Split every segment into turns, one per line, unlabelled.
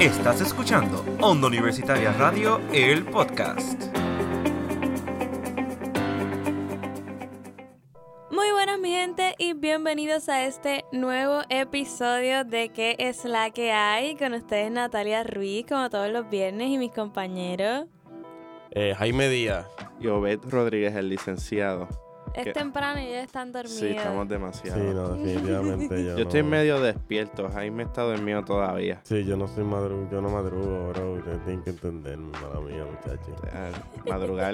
Estás escuchando Onda Universitaria Radio, el podcast.
Muy buenas mi gente y bienvenidos a este nuevo episodio de ¿Qué es la que hay? Con ustedes Natalia Ruiz, como todos los viernes, y mis compañeros.
Eh, Jaime Díaz.
Y Obed Rodríguez, el licenciado.
Es
¿Qué?
temprano y ya están dormidos.
Sí, estamos
Sí,
demasiado.
no, definitivamente yo.
yo
no-
estoy medio despierto. Jaime está dormido todavía.
Sí, yo no soy madrugo, yo no madrugo, bro. Ustedes tienen que entenderme, mala mía, muchachos.
Eh, Madrugar a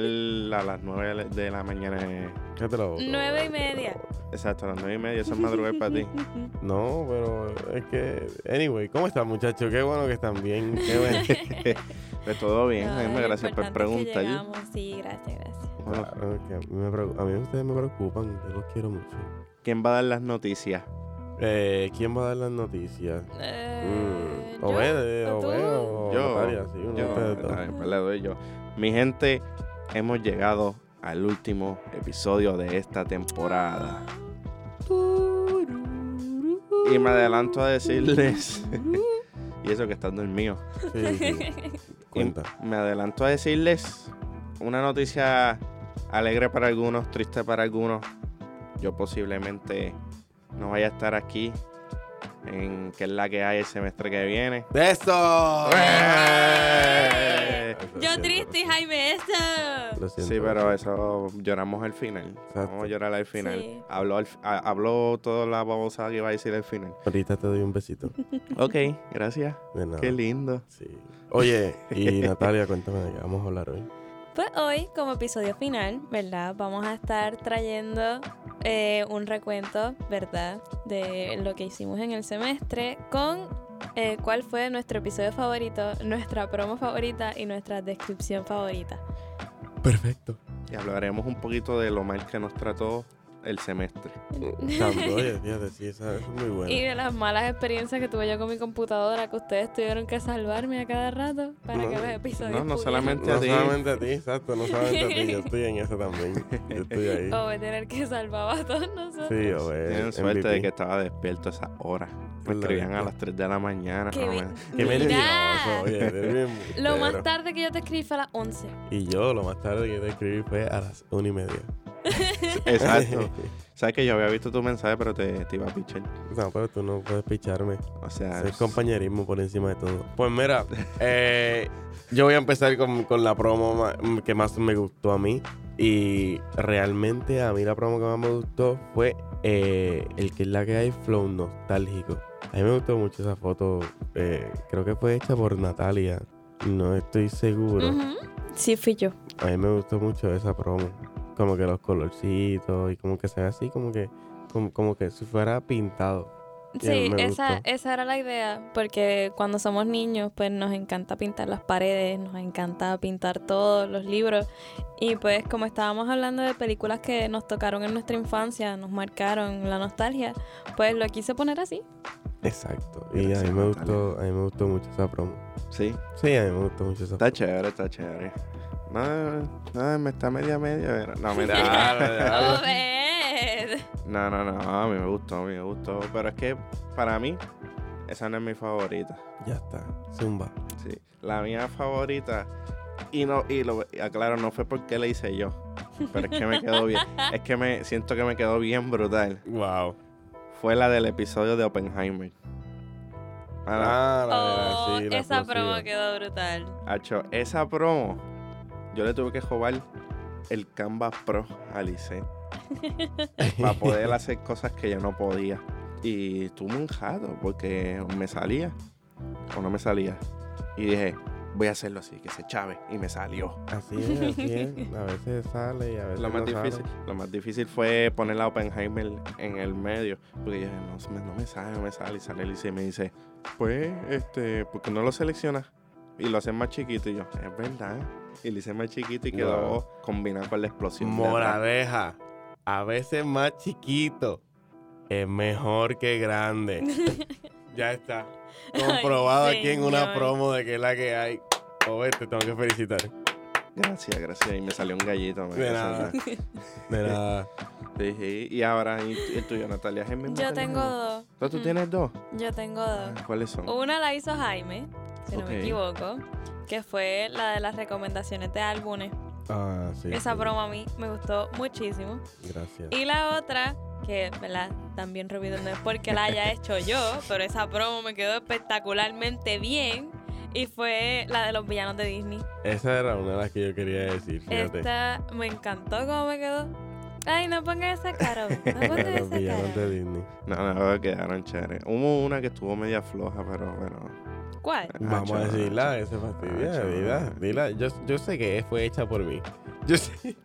las 9 de la mañana es...
Cállate la boca,
Nueve
bro,
y media.
cállate la boca.
Exacto, a las 9 y media. Eso es madrugar para ti.
No, pero es que. Anyway, ¿cómo están, muchachos? Qué bueno que están bien. Qué bueno.
Pero Pues todo bien,
No,
Jaime.
lo
Gracias
importante
por
es que
preguntar.
llegamos. Sí, gracias, gracias.
Bueno,
Claro, que a, mí me preocu- a mí ustedes me preocupan, yo los quiero mucho.
¿Quién va a dar las noticias?
Eh, ¿Quién va a dar las noticias?
Eh,
Mm,
yo-
Obede,
¿O tú?
Obede o
Yo,
Natalia, sí, uno de
Yo,
ustedes dos.
está bien, pues le doy yo. Mi gente, hemos llegado al último episodio de esta temporada. Y me adelanto a decirles... y eso que están dormidos.
Sí, sí. Cuenta.
Y me adelanto a decirles una noticia alegre para algunos, triste para algunos. Yo posiblemente no vaya a estar aquí en que es la que hay el semestre que viene.
¡Eso!
¡Eh!
Yo triste, Jaime, eso.
Lo siento.
Sí, pero eso lloramos al final. Vamos a llorar al final.
Sí.
Habló, al fi- a- habló toda la babosa que iba a decir al final.
Ahorita te doy un besito.
Ok, gracias.
De nada.
Qué lindo.
Sí. Oye, y Natalia, cuéntame de qué vamos a hablar hoy.
Pues hoy, como episodio final, ¿verdad? Vamos a estar trayendo eh, un recuento, ¿verdad? De lo que hicimos en el semestre con eh, cuál fue nuestro episodio favorito, nuestra promo favorita y nuestra descripción favorita.
Perfecto.
Y hablaremos un poquito de lo mal que nos trató el semestre.
oye, fíjate, sí, esa es muy buena.
Y de las malas experiencias que tuve yo con mi computadora, que ustedes tuvieron que salvarme a cada rato para
No,
que los episodios...
no, no
pudieran-
solamente-
No
a ti.
solamente a ti, exacto, no solamente a ti, yo estoy en esa también. Yo estoy ahí.
O voy a tener que salvar a todos nosotros.
Sí, oye.
Tienen suerte de que estaba despierto a esa hora. Me
Verdad,
escribían a
¿verdad?
las 3 de la mañana.
Qué
no
bien.
me-
Qué
Mira.
mentiroso, oye. eres bien
Lo más
bustero.
tarde que yo te escribí fue a las 11.
Y yo, lo más tarde que te escribí fue a las una y media.
Exacto. Sabes que yo había visto tu mensaje, pero te, te iba a pichar.
no, pero tú no puedes picharme.
O sea,
Es
es-
compañerismo por encima de todo. Pues mira, eh, yo voy a empezar con, con la promo ma- que más me gustó a mí. Y realmente a mí la promo que más me gustó fue eh, el que es la que hay, Flow Nostálgico. A mí me gustó mucho esa foto. eh, creo que fue hecha por Natalia. No estoy seguro.
Ujú. Sí, fui yo.
A mí me gustó mucho esa promo. Como que los colorcitos y como que se ve así, como que, como, como que si fuera pintado.
Sí,
Bien, me
esa,
gustó.
esa era la idea, porque cuando somos niños, pues nos encanta pintar las paredes, nos encanta pintar todos los libros, y pues como estábamos hablando de películas que nos tocaron en nuestra infancia, nos marcaron la nostalgia, pues lo quise poner así.
Exacto. Y a
Gracias,
mí me
Natalia.
gustó, a mí me gustó mucho esa promo.
Sí,
Sí, a mí me gustó mucho esa
está chévere, está chévere. No, no, me está media media. mira. No, mira.
¡Oh, ¡Obed!
no, no, no, a mí me gustó, a mí me gustó. Pero es que para mí, esa no es mi favorita.
Ya está. Zumba.
Sí, la mía favorita. Y no, y lo y aclaro, no fue porque la hice yo. Pero es que me quedó bien. Es que me siento que me quedó bien brutal.
Wow.
Fue la del episodio de Oppenheimer. Mano,
Oh,
Ah, de la- sí, la
esa
explosiva.
promo quedó brutal.
hacho, esa promo, yo le tuve que jobar el Canva Pro a Lice para poder hacer cosas que yo no podía. Y tuve un jato porque me salía o no me salía. Y dije, voy a hacerlo así, que se chave. Y me salió.
Así es, así es. A veces sale y a veces
Lo más,
no sale.
difícil, lo más difícil fue poner a Oppenheimer en el medio. Porque yo dije, no, se me- no me sale, no me sale. Y sale Lisa y me dice, pues, este, ¿por qué no lo seleccionas? Y lo hacen más chiquito. Y yo, es verdad. Y lo hice más chiquito y quedó
Wow.
combinado con la explosión. de atrás.
Moraleja. A veces más chiquito es mejor que grande. ya está. Comprobado
Ay,
aquí en una
señor.
promo de que es la que hay. Obed, te tengo que felicitar.
Gracias, gracias. Y me salió un gallito. me-
De nada. De nada.
Sí, sí. Y ahora, ¿y el tuyo, Natalia? ¿Es el mismo
Yo
que el
tengo
mío?
dos.
¿Tú, tú tienes dos? Ah,
Ah,
Yo tengo dos.
¿Cuáles son?
Una la hizo Jaime. si no me
Ok.
equivoco, que fue la de las recomendaciones de álbumes.
Ah, sí.
Esa
sí.
broma a mí me gustó muchísimo.
Gracias.
Y la otra, que, ¿verdad? También repito, no es porque la haya hecho yo, pero esa promo me quedó espectacularmente bien. Y fue la de los villanos de Disney.
Esa era una de las que yo quería decir, fíjate.
Esta me encantó cómo me quedó. Ay, no pongas esa cara. No pongas
Era los
esa
villanos de
cara.
Disney.
No, no, quedaron chéveres. Hubo una que estuvo media floja, pero bueno.
¿Cuál?
Vamos a
chaval,
decirla,
chaval.
esa
Ah,
fastidia,
chaval.
dila, dila. Yo, yo sé que fue hecha por mí. Yo sé,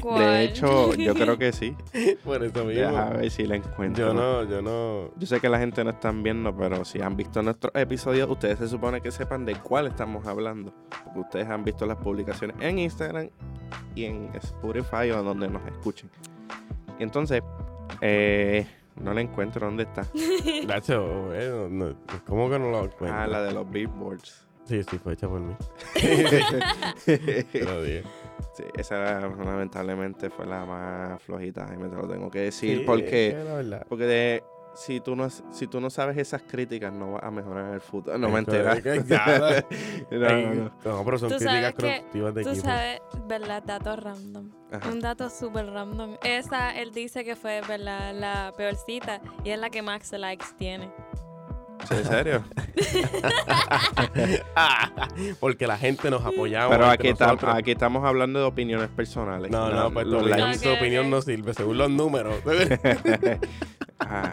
¿Cuál?
De hecho, yo creo que sí.
por eso
Deja a
mismo.
ver si la encuentro.
pues, Yo no, yo no.
Yo sé que la gente no está viendo, pero si han visto nuestros episodios, ustedes se supone que sepan de cuál estamos hablando. Porque ustedes han visto las publicaciones en Instagram y en Spotify o donde nos escuchen. Entonces, eh, no la encuentro dónde está.
Nacho, bueno, no, ¿cómo que no lo encuentro?
Ah, la de los billboards.
Sí, sí, fue hecha por mí. Te
sí,
lo dije.
esa lamentablemente fue la más flojita, y me te lo tengo que decir,
Sí, es
porque,
que la verdad.
porque de- si, tú no, si tú no sabes esas críticas, no vas a mejorar en el futuro. No me
Esto es
enteras.
que- nada.
no, no, no.
No, pero son
Tú
críticas
sabes que-
constructivas de
Tú
equipo.
sabes, ¿verdad? Datos random.
Ajá.
Un dato súper random. Esa, él dice que fue, ¿verdad? La peor cita y es la que más likes tiene.
¿En serio?
Porque la gente nos apoyaba.
Pero aquí,
entre
tam-
nosotros.
aquí estamos hablando de opiniones personales.
No, no, pues tu
los
opinión,
likes.
tu
Ok, ok.
opinión no sirve, según los números.
Ah,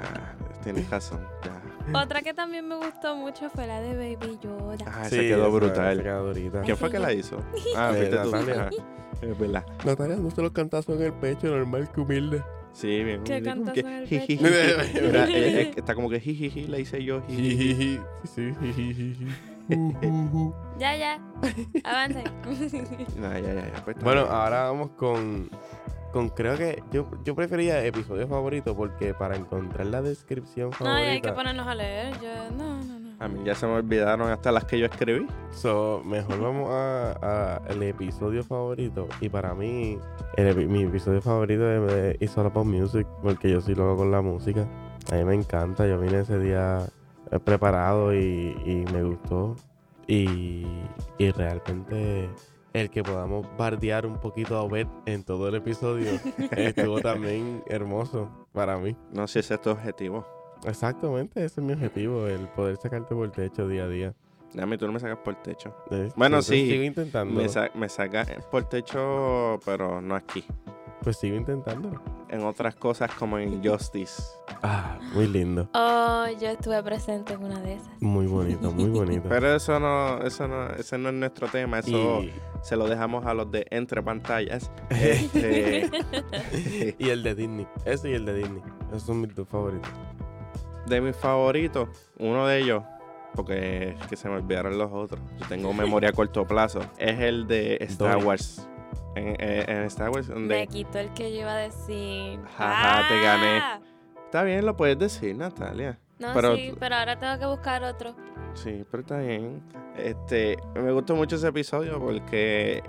tienes razón. ya.
Otra que también me gustó mucho fue la de Baby Yoda.
Ah, se quedó
Se
brutal.
quedó durita.
¿Quién fue que la hizo? Ah,
Eh,
fuiste tú.
Natalia.
Ajá. Es verdad.
Natalia, no se los cantazos en el pecho, normal que humilde.
Sí, bien.
¿Qué
bien,
cantazo
que
en el
jiji.
pecho?
Era- eh, eh, Está como que jijiji, la hice yo. jiji.
Sí, sí, sí, sí, sí. Uh, uh, uh.
Ya, ya. Avance.
Nah, ya, ya, ya, pues, está
Bueno, ah,
bien.
ahora vamos con. Con creo que. Yo, yo prefería episodio favorito porque para encontrar la descripción
no, y hay que
favorita.
ponernos a leer. Yo, no, no, no.
a mí ya se me olvidaron hasta las que yo escribí.
so, mejor vamos a, a el episodio favorito. Y para mí, el epi- mi episodio favorito es, de It's All About Music porque yo soy loco con la música. A mí me encanta. Yo vine ese día eh, preparado y, y me gustó. Y, y realmente el que podamos bardear un poquito a Obed en todo el episodio estuvo también hermoso para mí.
No sé si ese es tu objetivo.
Exactamente, ese es mi objetivo, el poder sacarte por el techo día a día.
Dame, tú no me sacas por el techo.
Eh,
Bueno,
entonces
sí,
Sigo intentando.
Me, sa- me sacas por el techo, pero no aquí.
Pues sigo intentando.
En otras cosas como en Justice.
Ah, muy lindo.
Oh, yo estuve presente en una de esas.
Muy bonito, muy bonito.
Pero eso no, eso no, ese no es nuestro tema, eso
y,
se lo dejamos a los de entre pantallas. Este,
y el de Disney. Ese y el de Disney. Esos son mis dos favoritos.
de mis favoritos, uno de ellos, porque es que se me olvidaron los otros. Yo tengo memoria a corto plazo. Es el de Star
Dory.
Wars. En, eh, en Star Wars,
Me
donde
quitó el que yo iba a decir.
Ajá, te gané.
¡Ah!
está bien, lo puedes decir, Natalia.
No,
Pero-
sí, pero ahora tengo que buscar otro.
Sí, pero está bien. Este, me gustó mucho ese episodio porque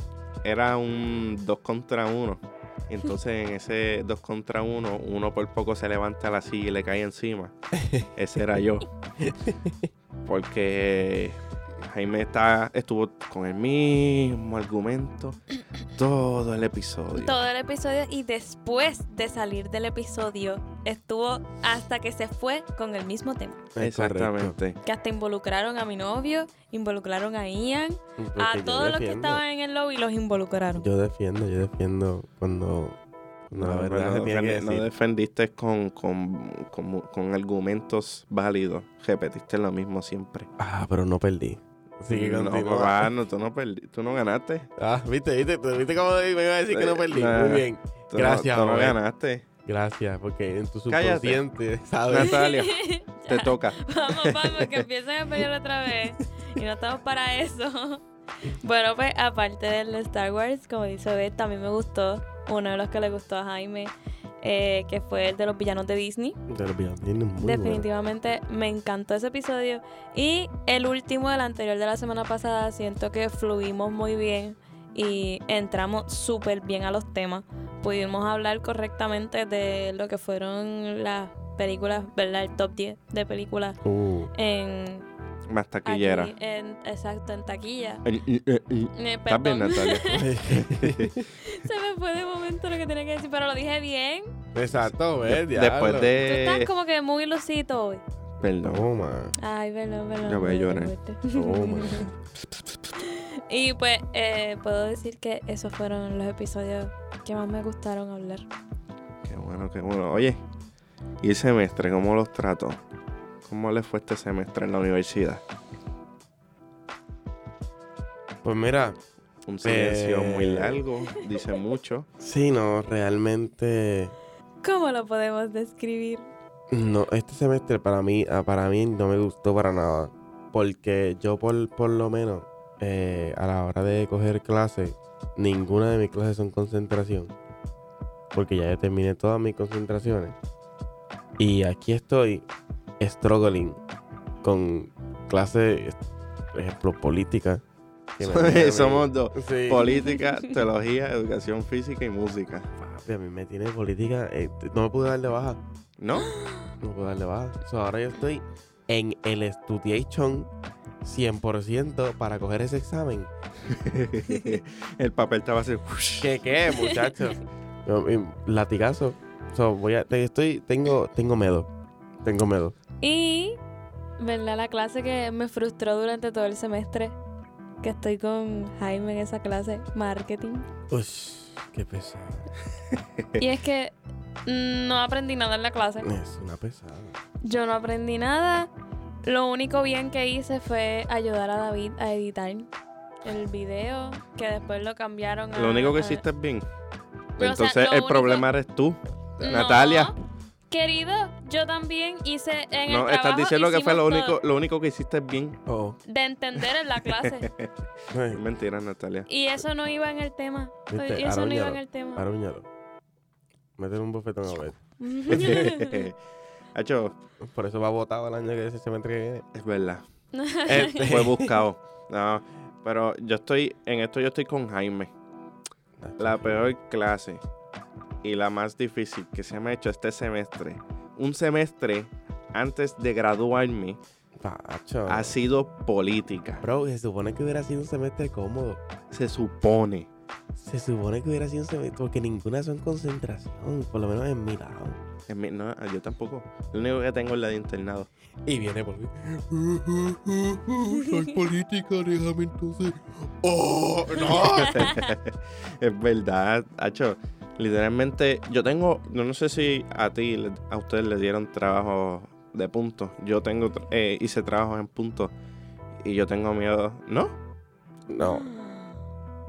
era un 2 contra 1. Entonces en ese 2 contra 1, uno por poco se levanta la silla y le cae encima. Ese era yo. Porque Jaime está, estuvo con el mismo argumento todo el episodio.
Todo el episodio y después de salir del episodio estuvo hasta que se fue con el mismo tema.
Es correcto.
Exactamente.
Que hasta involucraron a mi novio, involucraron a Ian,
Porque
a
yo
todos los que
defiendo.
estaban en el lobby los involucraron.
Yo defiendo, yo defiendo cuando, cuando la verdad
pero
se tiene que
defendi- no
decir.
defendiste con, con- con- con argumentos válidos. Repetiste lo mismo siempre.
Ah, pero no perdí. Así que
no,
continúa.
papá, no, tú no perdi- tú no ganaste.
Ah, viste, viste, viste cómo me iba a decir que no perdí.
Nah.
Muy bien.
Tú no-
Gracias,
tú no,
Robert.
ganaste.
Gracias, porque en tu
Cállate.
subconsciente, ¿sabes?
Natalia, te toca.
Vamos, vamos, que empiecen a pelear otra vez. Y no estamos para eso. Bueno, pues aparte del de Star Wars, como dice Beth, también me gustó uno de los que le gustó a Jaime, eh, que fue el de los villanos de Disney.
Te lo pido, tiene muy bueno.
Definitivamente me encantó ese episodio. Y el último, el anterior de la semana pasada, siento que fluimos muy bien y entramos súper bien a los temas. Pudimos hablar correctamente de lo que fueron las películas, ¿verdad? El top 10 de películas
Uh,
en
Más
aquí
taquillera.
en- exacto, en taquilla.
Eh, eh, eh, eh.
Eh,
¿Estás
perdón,
bien, Natalia?
se me fue de momento lo que tenía que decir, pero lo dije bien.
Exacto, ¿ves?
Después
Tú estás
de.
como que muy lucito hoy.
Perdón.
Toma.
Ay, perdón, perdón.
Ya voy a
no
llorar. Oh,
me gusta.
Toma.
Y pues eh, puedo decir que esos fueron los episodios que más me gustaron hablar.
Qué bueno, qué bueno. Oye, ¿y el semestre? ¿Cómo los trato? ¿Cómo les fue este semestre en la universidad?
Pues mira,
Un silencio
Eh.
muy largo, dice mucho.
sí, no, realmente.
¿Cómo lo podemos describir?
No, este semestre para mí, ah, para mí no me gustó para nada. Porque yo por, por lo menos, eh, a la hora de coger clases, ninguna de mis clases son concentración. Porque ya yo terminé todas mis concentraciones. Y aquí estoy struggling con clases, por ejemplo, política. que me tiene a mí-
Somos dos.
Sí.
Política, teología, educación física y música.
Papi, a mí me tiene política. eh, no me pude dar de baja.
¿No?
No puedo darle baja. So, ahora yo estoy en el Studiation 100% para coger ese examen.
El papel estaba así.
¿Qué qué, muchachos? Latigazo. So, voy a, te- estoy, tengo, tengo miedo. Tengo miedo.
Y, ¿verdad? La clase que me frustró durante todo el semestre, que estoy con Jaime en esa clase, marketing.
Uy, qué pesado.
Y es que mm, no aprendí nada en la clase.
Eh.
Es una pesada.
Yo no aprendí nada. Lo único bien que hice fue ayudar a David a editar el video, que después lo cambiaron a...
Lo único que
a-
hiciste es bien.
Pero, o sea,
Entonces
lo
el
único-
problema eres tú,
No,
Natalia.
Querido, yo también hice en
No,
el
estás
trabajo,
diciendo que fue lo
hicimos
único,
todo
lo único que hiciste es bien.
Oh.
de entender en la clase.
Ay,
Es mentira, Natalia.
y eso no iba en el tema.
Viste,
Y eso no iba
arañalo,
en el tema.
Aruñalo. Métele un bofetón a ver.
Hacho,
Por eso va votado el año que ese semestre que viene.
es verdad.
Este-
Fue buscado. No, pero yo estoy, en esto yo estoy con Jaime. La peor clase y la más difícil que se me ha hecho este semestre. Un semestre antes de graduarme
Pacho.
ha sido política.
Bro, se supone que hubiera sido un semestre cómodo.
Se supone.
Se supone que hubiera sido un semestre, porque ninguna son concentración, por lo menos en mi lado.
En mi- no, yo tampoco. Lo único que tengo es la de internado.
Y viene por mí. Soy política, déjame entonces. ¡Oh!
es verdad, Hacho. Literalmente, yo tengo, yo no sé si a ti, le- a ustedes les dieron trabajo de puntos. Yo tengo, tra- eh, hice trabajos en puntos y yo tengo miedo. ¿No?
No.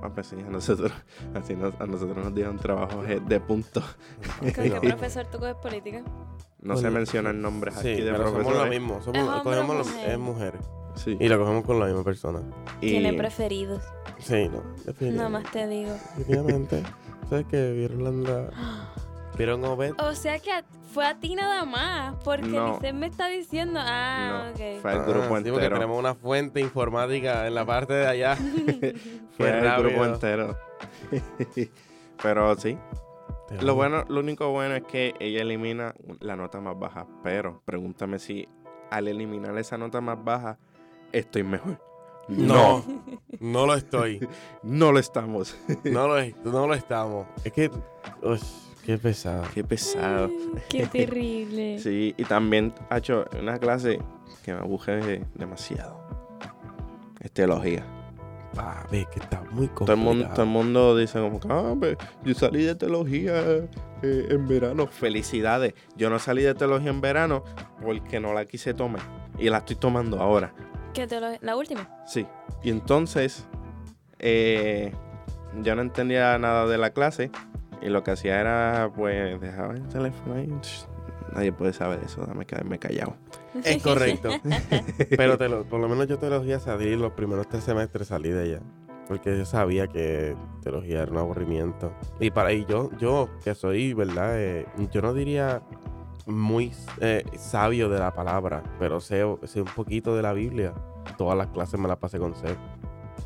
Ah, pues sí, a nosotros, así nos- a nosotros nos dieron trabajos eh, de puntos.
¿Con qué profesor tú coges política?
No se
Bueno,
mencionan nombres
Sí,
aquí de
pero somos lo
profesores.
mismo.
¿Es
Somos,
hombre o
cogemos lo-
mujer?
es mujeres.
Sí.
Y lo cogemos con la misma persona.
Y-
Tiene preferidos.
Sí, no. definitivamente.
Nada más te digo.
Definitivamente. ¿Sabes qué? Vieron la. Vieron Obed.
O sea que a- fue a ti nada más, porque
No.
Lisset me está diciendo. Ah,
No,
ok.
fue al
Ah,
grupo
sí, porque
entero.
tenemos una fuente informática en la parte de allá.
Fue
Qué
al grupo
rápido.
entero. pero sí, Lo bueno, lo único bueno es que ella elimina la nota más baja, pero pregúntame si al eliminar esa nota más baja estoy mejor.
No, no lo estoy.
no lo estamos.
No lo, es- no lo estamos. Es que. uy, qué pesado.
Qué pesado.
Mm, Qué terrible.
Sí, y también ha hecho una clase que me abuje demasiado. Es teología.
Papi, que está muy complicado.
Todo el, mundo, todo el mundo dice como, que, ah, pues, yo salí de teología eh, en verano. Felicidades. Yo no salí de teología en verano porque no la quise tomar. Y la estoy tomando ahora.
¿Qué te lo- La última.
Sí. Y entonces, eh, yo no entendía nada de la clase. Y lo que hacía era, pues, dejaba el teléfono ahí. Ch, Nadie puede saber eso, dame quedarme callado.
Es correcto. Pero te lo- por lo menos yo teología salí los primeros tres semestres salí de ella. Porque yo sabía que teología era un aburrimiento. Y para y yo, yo que soy, ¿verdad? Eh, yo no diría muy eh, sabio de la palabra, pero sé, sé un poquito de la Biblia. Todas las clases me las pasé con C.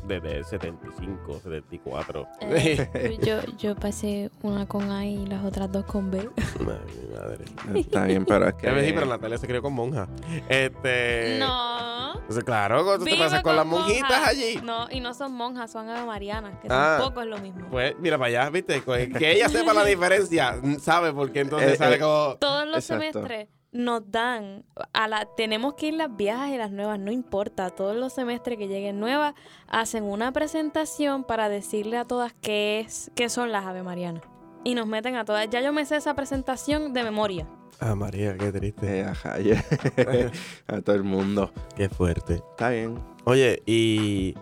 Desde el 75, 74.
Eh, yo, yo pasé una con A y las otras dos con B.
Madre, mi madre. Eh.
Está bien, pero es
Ya me dije, pero
que.
Natalia se crió con monja. Este.
Eh,
No.
Entonces, claro, tú te
Vive
pasas con, las monjitas
monjas.
allí.
No, y no son monjas, son marianas, que
Ah.
tampoco es lo mismo.
Pues mira para allá, ¿viste? Pues, Que ella sepa la diferencia, sabe por qué entonces
Eh,
sale
eh.
como...
Todos los
Exacto.
semestres nos dan a la tenemos que ir las viejas y las nuevas, no importa, todos los semestres que lleguen nuevas hacen una presentación para decirle a todas qué es qué son las Ave Marianas. Y nos meten a todas. Ya yo me sé esa presentación de memoria.
Ah, María, qué triste.
Eh, ajá, ya. a todo el mundo.
Qué fuerte.
Está bien.
Oye, ¿y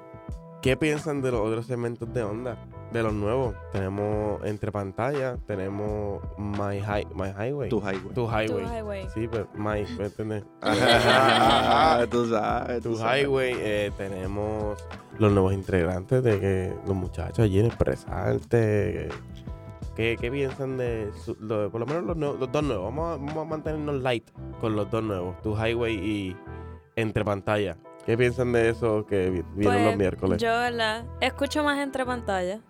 qué piensan de los otros segmentos de onda? De los nuevos. Tenemos entre pantalla, tenemos My, Hi- My Highway.
Tu highway.
Tu
Tú,
Highway.
ay, güey.
Sí, pero My, ¿me entiendes?
Ajá, tú sabes.
Tu
tú sabes.
Highway, eh, tenemos los nuevos integrantes de que los muchachos allí en Expresarte. ¿Qué, qué piensan de, su- lo- por lo menos los, nuevos- los dos nuevos? Vamos a, vamos a mantenernos light con los dos nuevos, Tu Highway y Entre Pantalla. ¿Qué piensan de eso que vi- vienen
Pues,
los miércoles?
Yo, ¿verdad? Escucho más entre pantallas.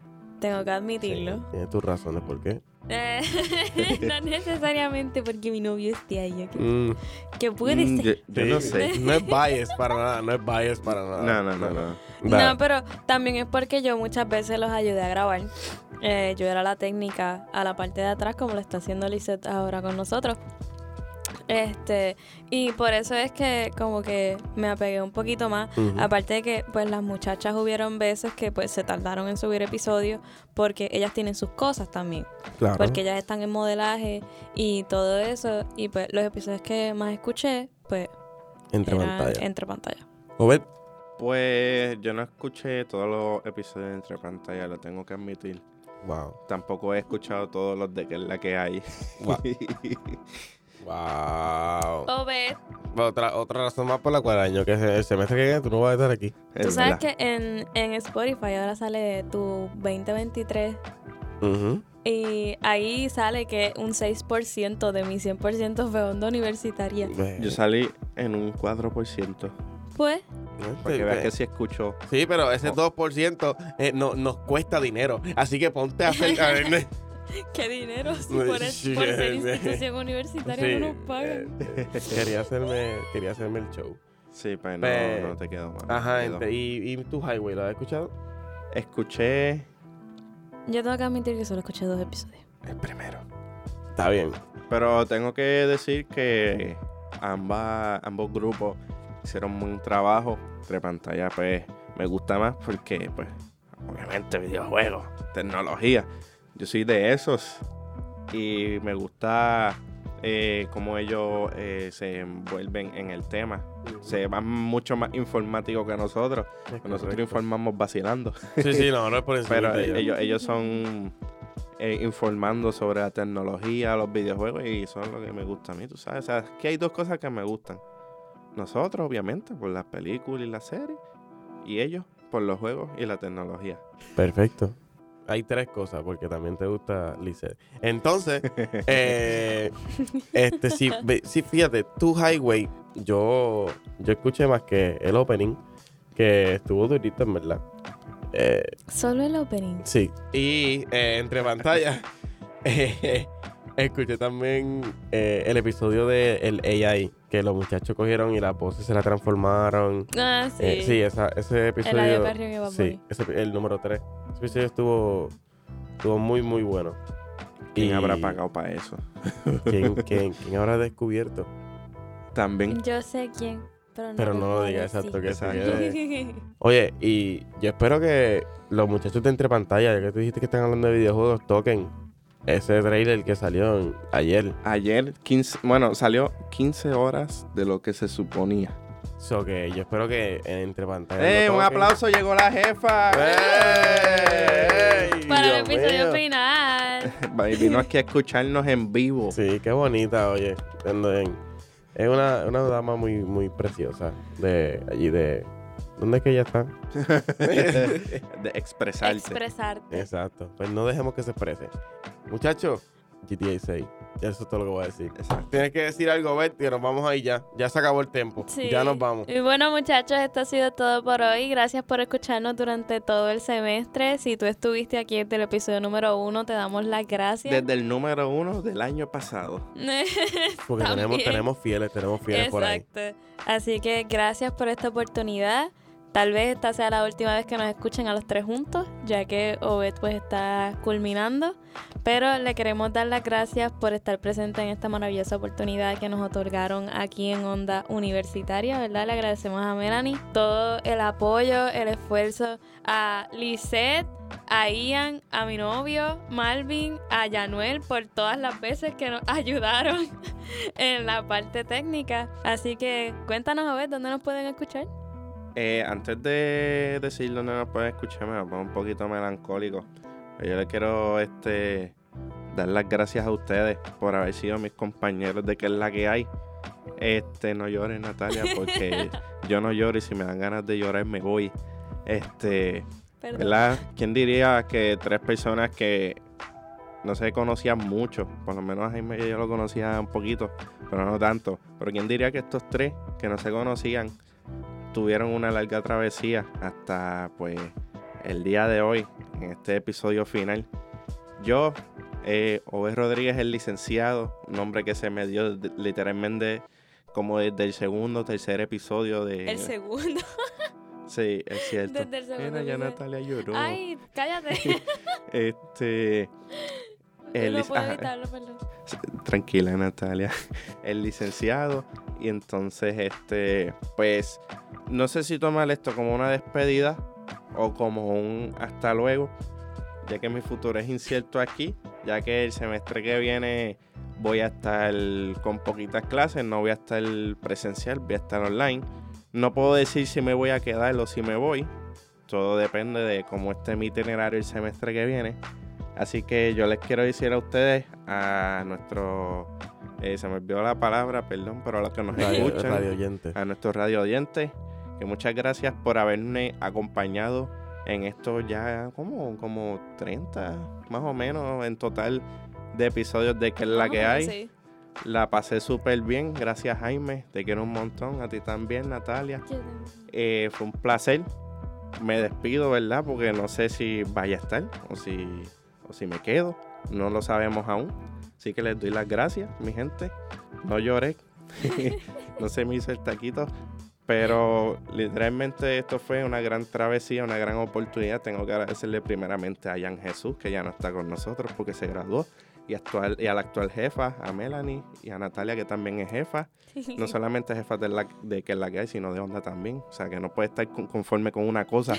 Tengo que admitirlo.
Sí, tienes tus razones, ¿por qué?
Eh, no necesariamente porque mi novio esté ahí. Que,
Mm,
que puede
Mm,
ser.
Yo, yo no
sí,
sé.
No es bias para nada, no es bias para nada.
No, no, no, no.
Da.
No, pero también es porque yo muchas veces los ayudé a grabar. Eh, yo era la técnica a la parte de atrás, como lo está haciendo Lisette ahora con nosotros. Este, y por eso es que como que me apegué un poquito más.
Ujú.
Aparte de que pues las muchachas hubieron veces que pues se tardaron en subir episodios porque ellas tienen sus cosas también.
Claro.
porque ellas están en modelaje y todo eso. Y pues los episodios que más escuché, pues
Entre
eran
Pantalla.
entre pantalla.
Obed,
Pues yo no escuché todos los episodios de entre pantalla, lo tengo que admitir.
Wow.
Tampoco he escuchado todos los de que es la que hay.
Wow. wow.
Obed,
Otra, otra razón más por la cual año que se- el semestre que viene tú no vas a estar aquí.
tú
Es
sabes que
verdad.
en, en Spotify ahora sale tu 2023 y ahí sale que un 6% de mi 100% fue onda universitaria.
Eh,
Yo salí en un 4%.
Pues,
eh,
Para que veas que sí Oh. escucho.
Sí, pero ese 2% eh, no, nos cuesta dinero. Así que ponte a hacer. a ver,
qué dinero si
Pues,
por, el- por ser
sí,
institución universitaria
sí,
no nos pagan.
eh, eh, quería, hacerme, quería hacerme el show.
Sí, pero
Pe-
no, no te quedó mal. no
Ajá,
te quedó.
ente- y, y tu highway, ¿lo has escuchado?
Escuché
Yo tengo que admitir que solo escuché dos episodios.
El primero. Está bien.
Pero tengo que decir que ambas, ambos grupos hicieron un buen trabajo. Entre pantalla, pues, me gusta más porque, pues, obviamente videojuegos, tecnología. Yo soy de esos. Y me gusta eh, cómo ellos eh, se envuelven en el tema. Se van mucho más informáticos que nosotros. Nosotros informamos vacilando.
Sí, sí, no, no es por encima
Pero e,
de ellos.
ellos, ellos son eh, informando sobre la tecnología, los videojuegos y son lo que me gusta a mí, tú sabes. O sea, que hay dos cosas que me gustan. Nosotros, obviamente, por las películas y las series. Y ellos, por los juegos y la tecnología.
Perfecto. Hay tres cosas, porque también te gusta Lizeth. Entonces, eh, este, sí, ve- sí, fíjate, tu highway, yo, yo escuché más que el opening, que estuvo durito, en verdad. Eh,
Solo el opening.
sí. Y eh, entre pantallas, eh, escuché también eh, el episodio de el AI, que los muchachos cogieron y las voces se la transformaron.
Ah, sí.
Eh, sí, esa- ese
el
episodio.
adiós Carrión y Bad Bunny.
Sí, ese- el número 3. Ese episodio estuvo, estuvo muy, muy bueno.
¿Quién
Y-
habrá pagado para eso?
¿Quién, quién- quién habrá descubierto?
También.
Yo sé quién, pero no,
Pero no lo
puedo
diga,
decir.
exacto, que se
Exacto.
quede. Oye, y yo espero que los muchachos de entre pantalla, ya que tú dijiste que están hablando de videojuegos, toquen ese trailer que salió en- ayer.
Ayer, 15, bueno, salió 15 horas de lo que se suponía.
So que yo espero que en entre pantalla.
¡Eh!
lo ¡Eh!
¡Un
toquen.
aplauso! ¡Llegó la jefa!
¡Ey!
¡Ey!
Para el
Dios
episodio
mío.
final.
Vino aquí a escucharnos en vivo.
Sí, qué bonita, oye. Ando en- Es una, una dama muy, muy preciosa de allí de. ¿Dónde es que ella está?
de expresarte.
Expresarte.
Exacto. Pues no dejemos que se exprese. Muchachos, GTA 6. Eso es todo lo que voy a decir.
Exacto.
Tienes que decir algo, Betty, nos vamos ahí ya. Ya se acabó el tiempo.
Sí.
Ya nos vamos.
Y bueno, muchachos, esto ha sido todo por hoy. Gracias por escucharnos durante todo el semestre. Si tú estuviste aquí desde el episodio número uno, te damos las gracias.
Desde el número uno del año pasado.
Porque tenemos,
También.
tenemos fieles, tenemos fieles por ahí.
Exacto. Así que gracias por esta oportunidad. Tal vez esta sea la última vez que nos escuchen a los tres juntos, ya que Obed pues está culminando. Pero le queremos dar las gracias por estar presente en esta maravillosa oportunidad que nos otorgaron aquí en Onda Universitaria, ¿verdad? Le agradecemos a Melanie todo el apoyo, el esfuerzo a Lisette, a Ian, a mi novio, Malvin, a Yanuel por todas las veces que nos ayudaron en la parte técnica. Así que cuéntanos a ver dónde nos pueden escuchar.
Eh, antes de decir dónde nos pueden escuchar, me pongo un poquito melancólico. Yo les quiero este, dar las gracias a ustedes por haber sido mis compañeros de que es la que hay. Este, no llores, Natalia, porque yo no lloro y si me dan ganas de llorar me voy. Este,
Perdón.
¿verdad? ¿Quién diría que tres personas que no se conocían mucho, por lo menos a Jaime y yo lo conocía un poquito, pero no tanto. Pero quién diría que estos tres que no se conocían tuvieron una larga travesía hasta pues el día de hoy, en este episodio final. Yo, eh, Obed Rodríguez, el licenciado, un nombre que se me dio de- literalmente como desde el segundo, tercer episodio de...
El segundo.
sí, es cierto.
Desde el segundo.
Mira, ya
episodio.
Natalia lloró.
Ay, cállate.
Este. El
no
ah, lic-
puedo
ajá.
evitarlo, perdón.
Tranquila, Natalia. El licenciado. Y entonces, este. Pues. No sé si tomar esto como una despedida. O como un hasta luego. Ya que mi futuro es incierto aquí. Ya que el semestre que viene. Voy a estar con poquitas clases. No voy a estar presencial. Voy a estar online. No puedo decir si me voy a quedar o si me voy. Todo depende de cómo esté mi itinerario el semestre que viene. Así que yo les quiero decir a ustedes, a nuestros, eh, se me olvidó la palabra, perdón, pero a los que nos
Radio,
escuchan, Ah.
radio oyente.
a nuestros radio oyentes, que muchas gracias por haberme acompañado en estos ya como, como 30, más o menos, en total de episodios de que es la
Vamos
que
a ver,
hay.
sí.
La pasé súper bien, gracias Jaime, te quiero un montón, a ti también Natalia. Eh, fue un placer. Me despido, ¿verdad? Porque no sé si vaya a estar o si, o si me quedo. No lo sabemos aún. Así que les doy las gracias, mi gente. No lloré. no se me hizo el taquito. Pero literalmente esto fue una gran travesía, una gran oportunidad. Tengo que agradecerle primeramente a Jan Jesús, que ya no está con nosotros porque se graduó. Y, actual, y a la actual jefa, a Melanie, y a Natalia, que también es jefa no solamente jefa de, la, de que es la que hay, sino de onda también. O sea, que no puede estar con- conforme con una cosa.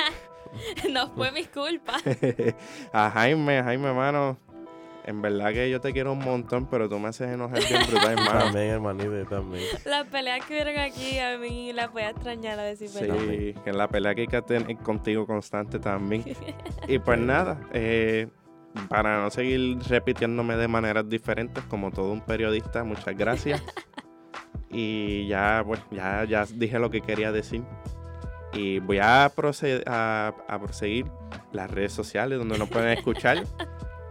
no fue mi culpa.
a Jaime, Jaime, hermano. En verdad que yo te quiero un montón, pero tú me haces enojar bien brutal, hermano.
También, hermanito, también.
Las peleas que hubieron aquí a mí las voy a extrañar a decir verdad.
Sí, que la pelea que hay que tener contigo constante también. Y pues nada, eh, para no seguir repitiéndome de maneras diferentes, como todo un periodista, muchas gracias. Y ya, pues, ya, ya dije lo que quería decir. Y voy a, proce- a, a proseguir las redes sociales donde nos pueden escuchar.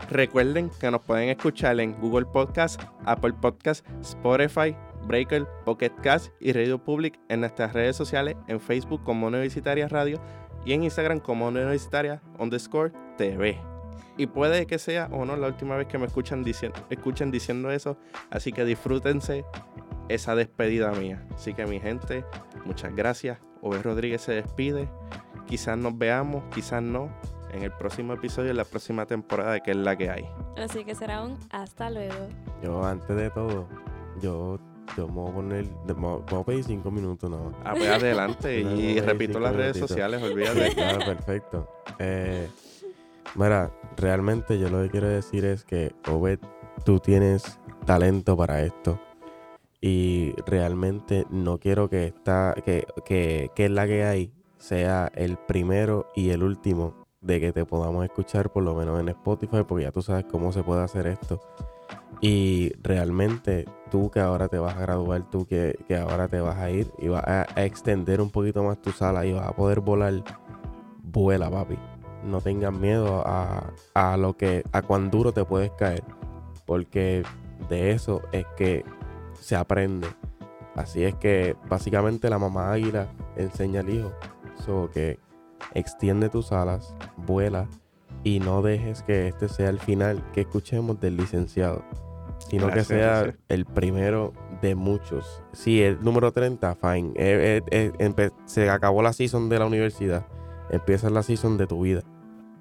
Recuerden que nos pueden escuchar en Google Podcast, Apple Podcast, Spotify, Breaker, Pocket Cast y Radio Public en nuestras redes sociales, en Facebook como Universitaria Radio y en Instagram como Universitaria underscore TV. Y puede que sea o no la última vez que me escuchan, diciendo escuchan diciendo eso, así que disfrútense esa despedida mía. Así que mi gente, muchas gracias. Obed Rodríguez se despide. Quizás nos veamos, quizás no, en el próximo episodio, en la próxima temporada de que es la que hay.
Así que será un hasta luego.
Yo, antes de todo, yo, yo me voy a poner. me voy a pedir cinco minutos, nada más.
Ah, pues adelante
No,
y
no,
repito
sí,
las redes
correctito.
sociales,
Sí,
olvídate.
claro, perfecto. Eh, mira, realmente yo lo que quiero decir es que, Obed, tú tienes talento para esto. Y realmente no quiero que esta, que, que, que la que hay sea el primero y el último de que te podamos escuchar, por lo menos en Spotify, porque ya tú sabes cómo se puede hacer esto. Y realmente tú que ahora te vas a graduar, tú que, que ahora te vas a ir y vas a, a extender un poquito más tu sala y vas a poder volar, vuela, papi. No tengas miedo a, a lo que, a cuán duro te puedes caer. Porque de eso es que se aprende. Así es que básicamente la mamá águila enseña al hijo. So que extiende tus alas, vuela y no dejes que este sea el final que escuchemos del licenciado. Sino
Gracias,
que sea
gracias.
el primero de muchos. Sí, el número 30, fine. Eh, eh, eh, empe- se acabó la season de la universidad. Empieza la season de tu vida.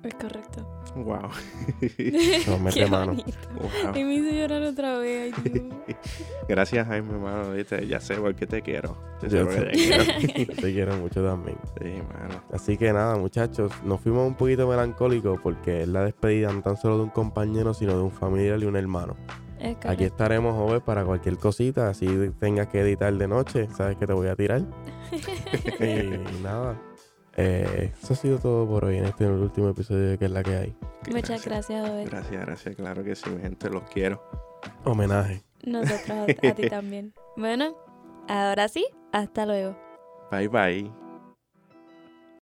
Es correcto.
Wow.
No, mete
Qué
mano.
bonito.
Wow.
Y me hizo llorar otra vez. ay, Dios.
Gracias, Jaime, hermano. ¿viste? Ya sé por qué te quiero. Yo
Yo
sé por qué te
sé.
quiero.
Te quiero mucho también.
sí, mano.
Así que nada, muchachos, nos fuimos un poquito melancólicos porque es la despedida no tan solo de un compañero, sino de un familiar y un hermano.
Es correcto.
Aquí estaremos, joven, para cualquier cosita. Así tengas que editar de noche, sabes que te voy a tirar. y nada. Eh, eso ha sido todo por hoy en este último episodio de que es la que hay.
Muchas gracias, Joel.
Gracias, gracias. Claro que sí, mi gente, los quiero.
Homenaje.
Nosotros a- a ti también. Bueno, ahora sí, hasta luego.
Bye, bye.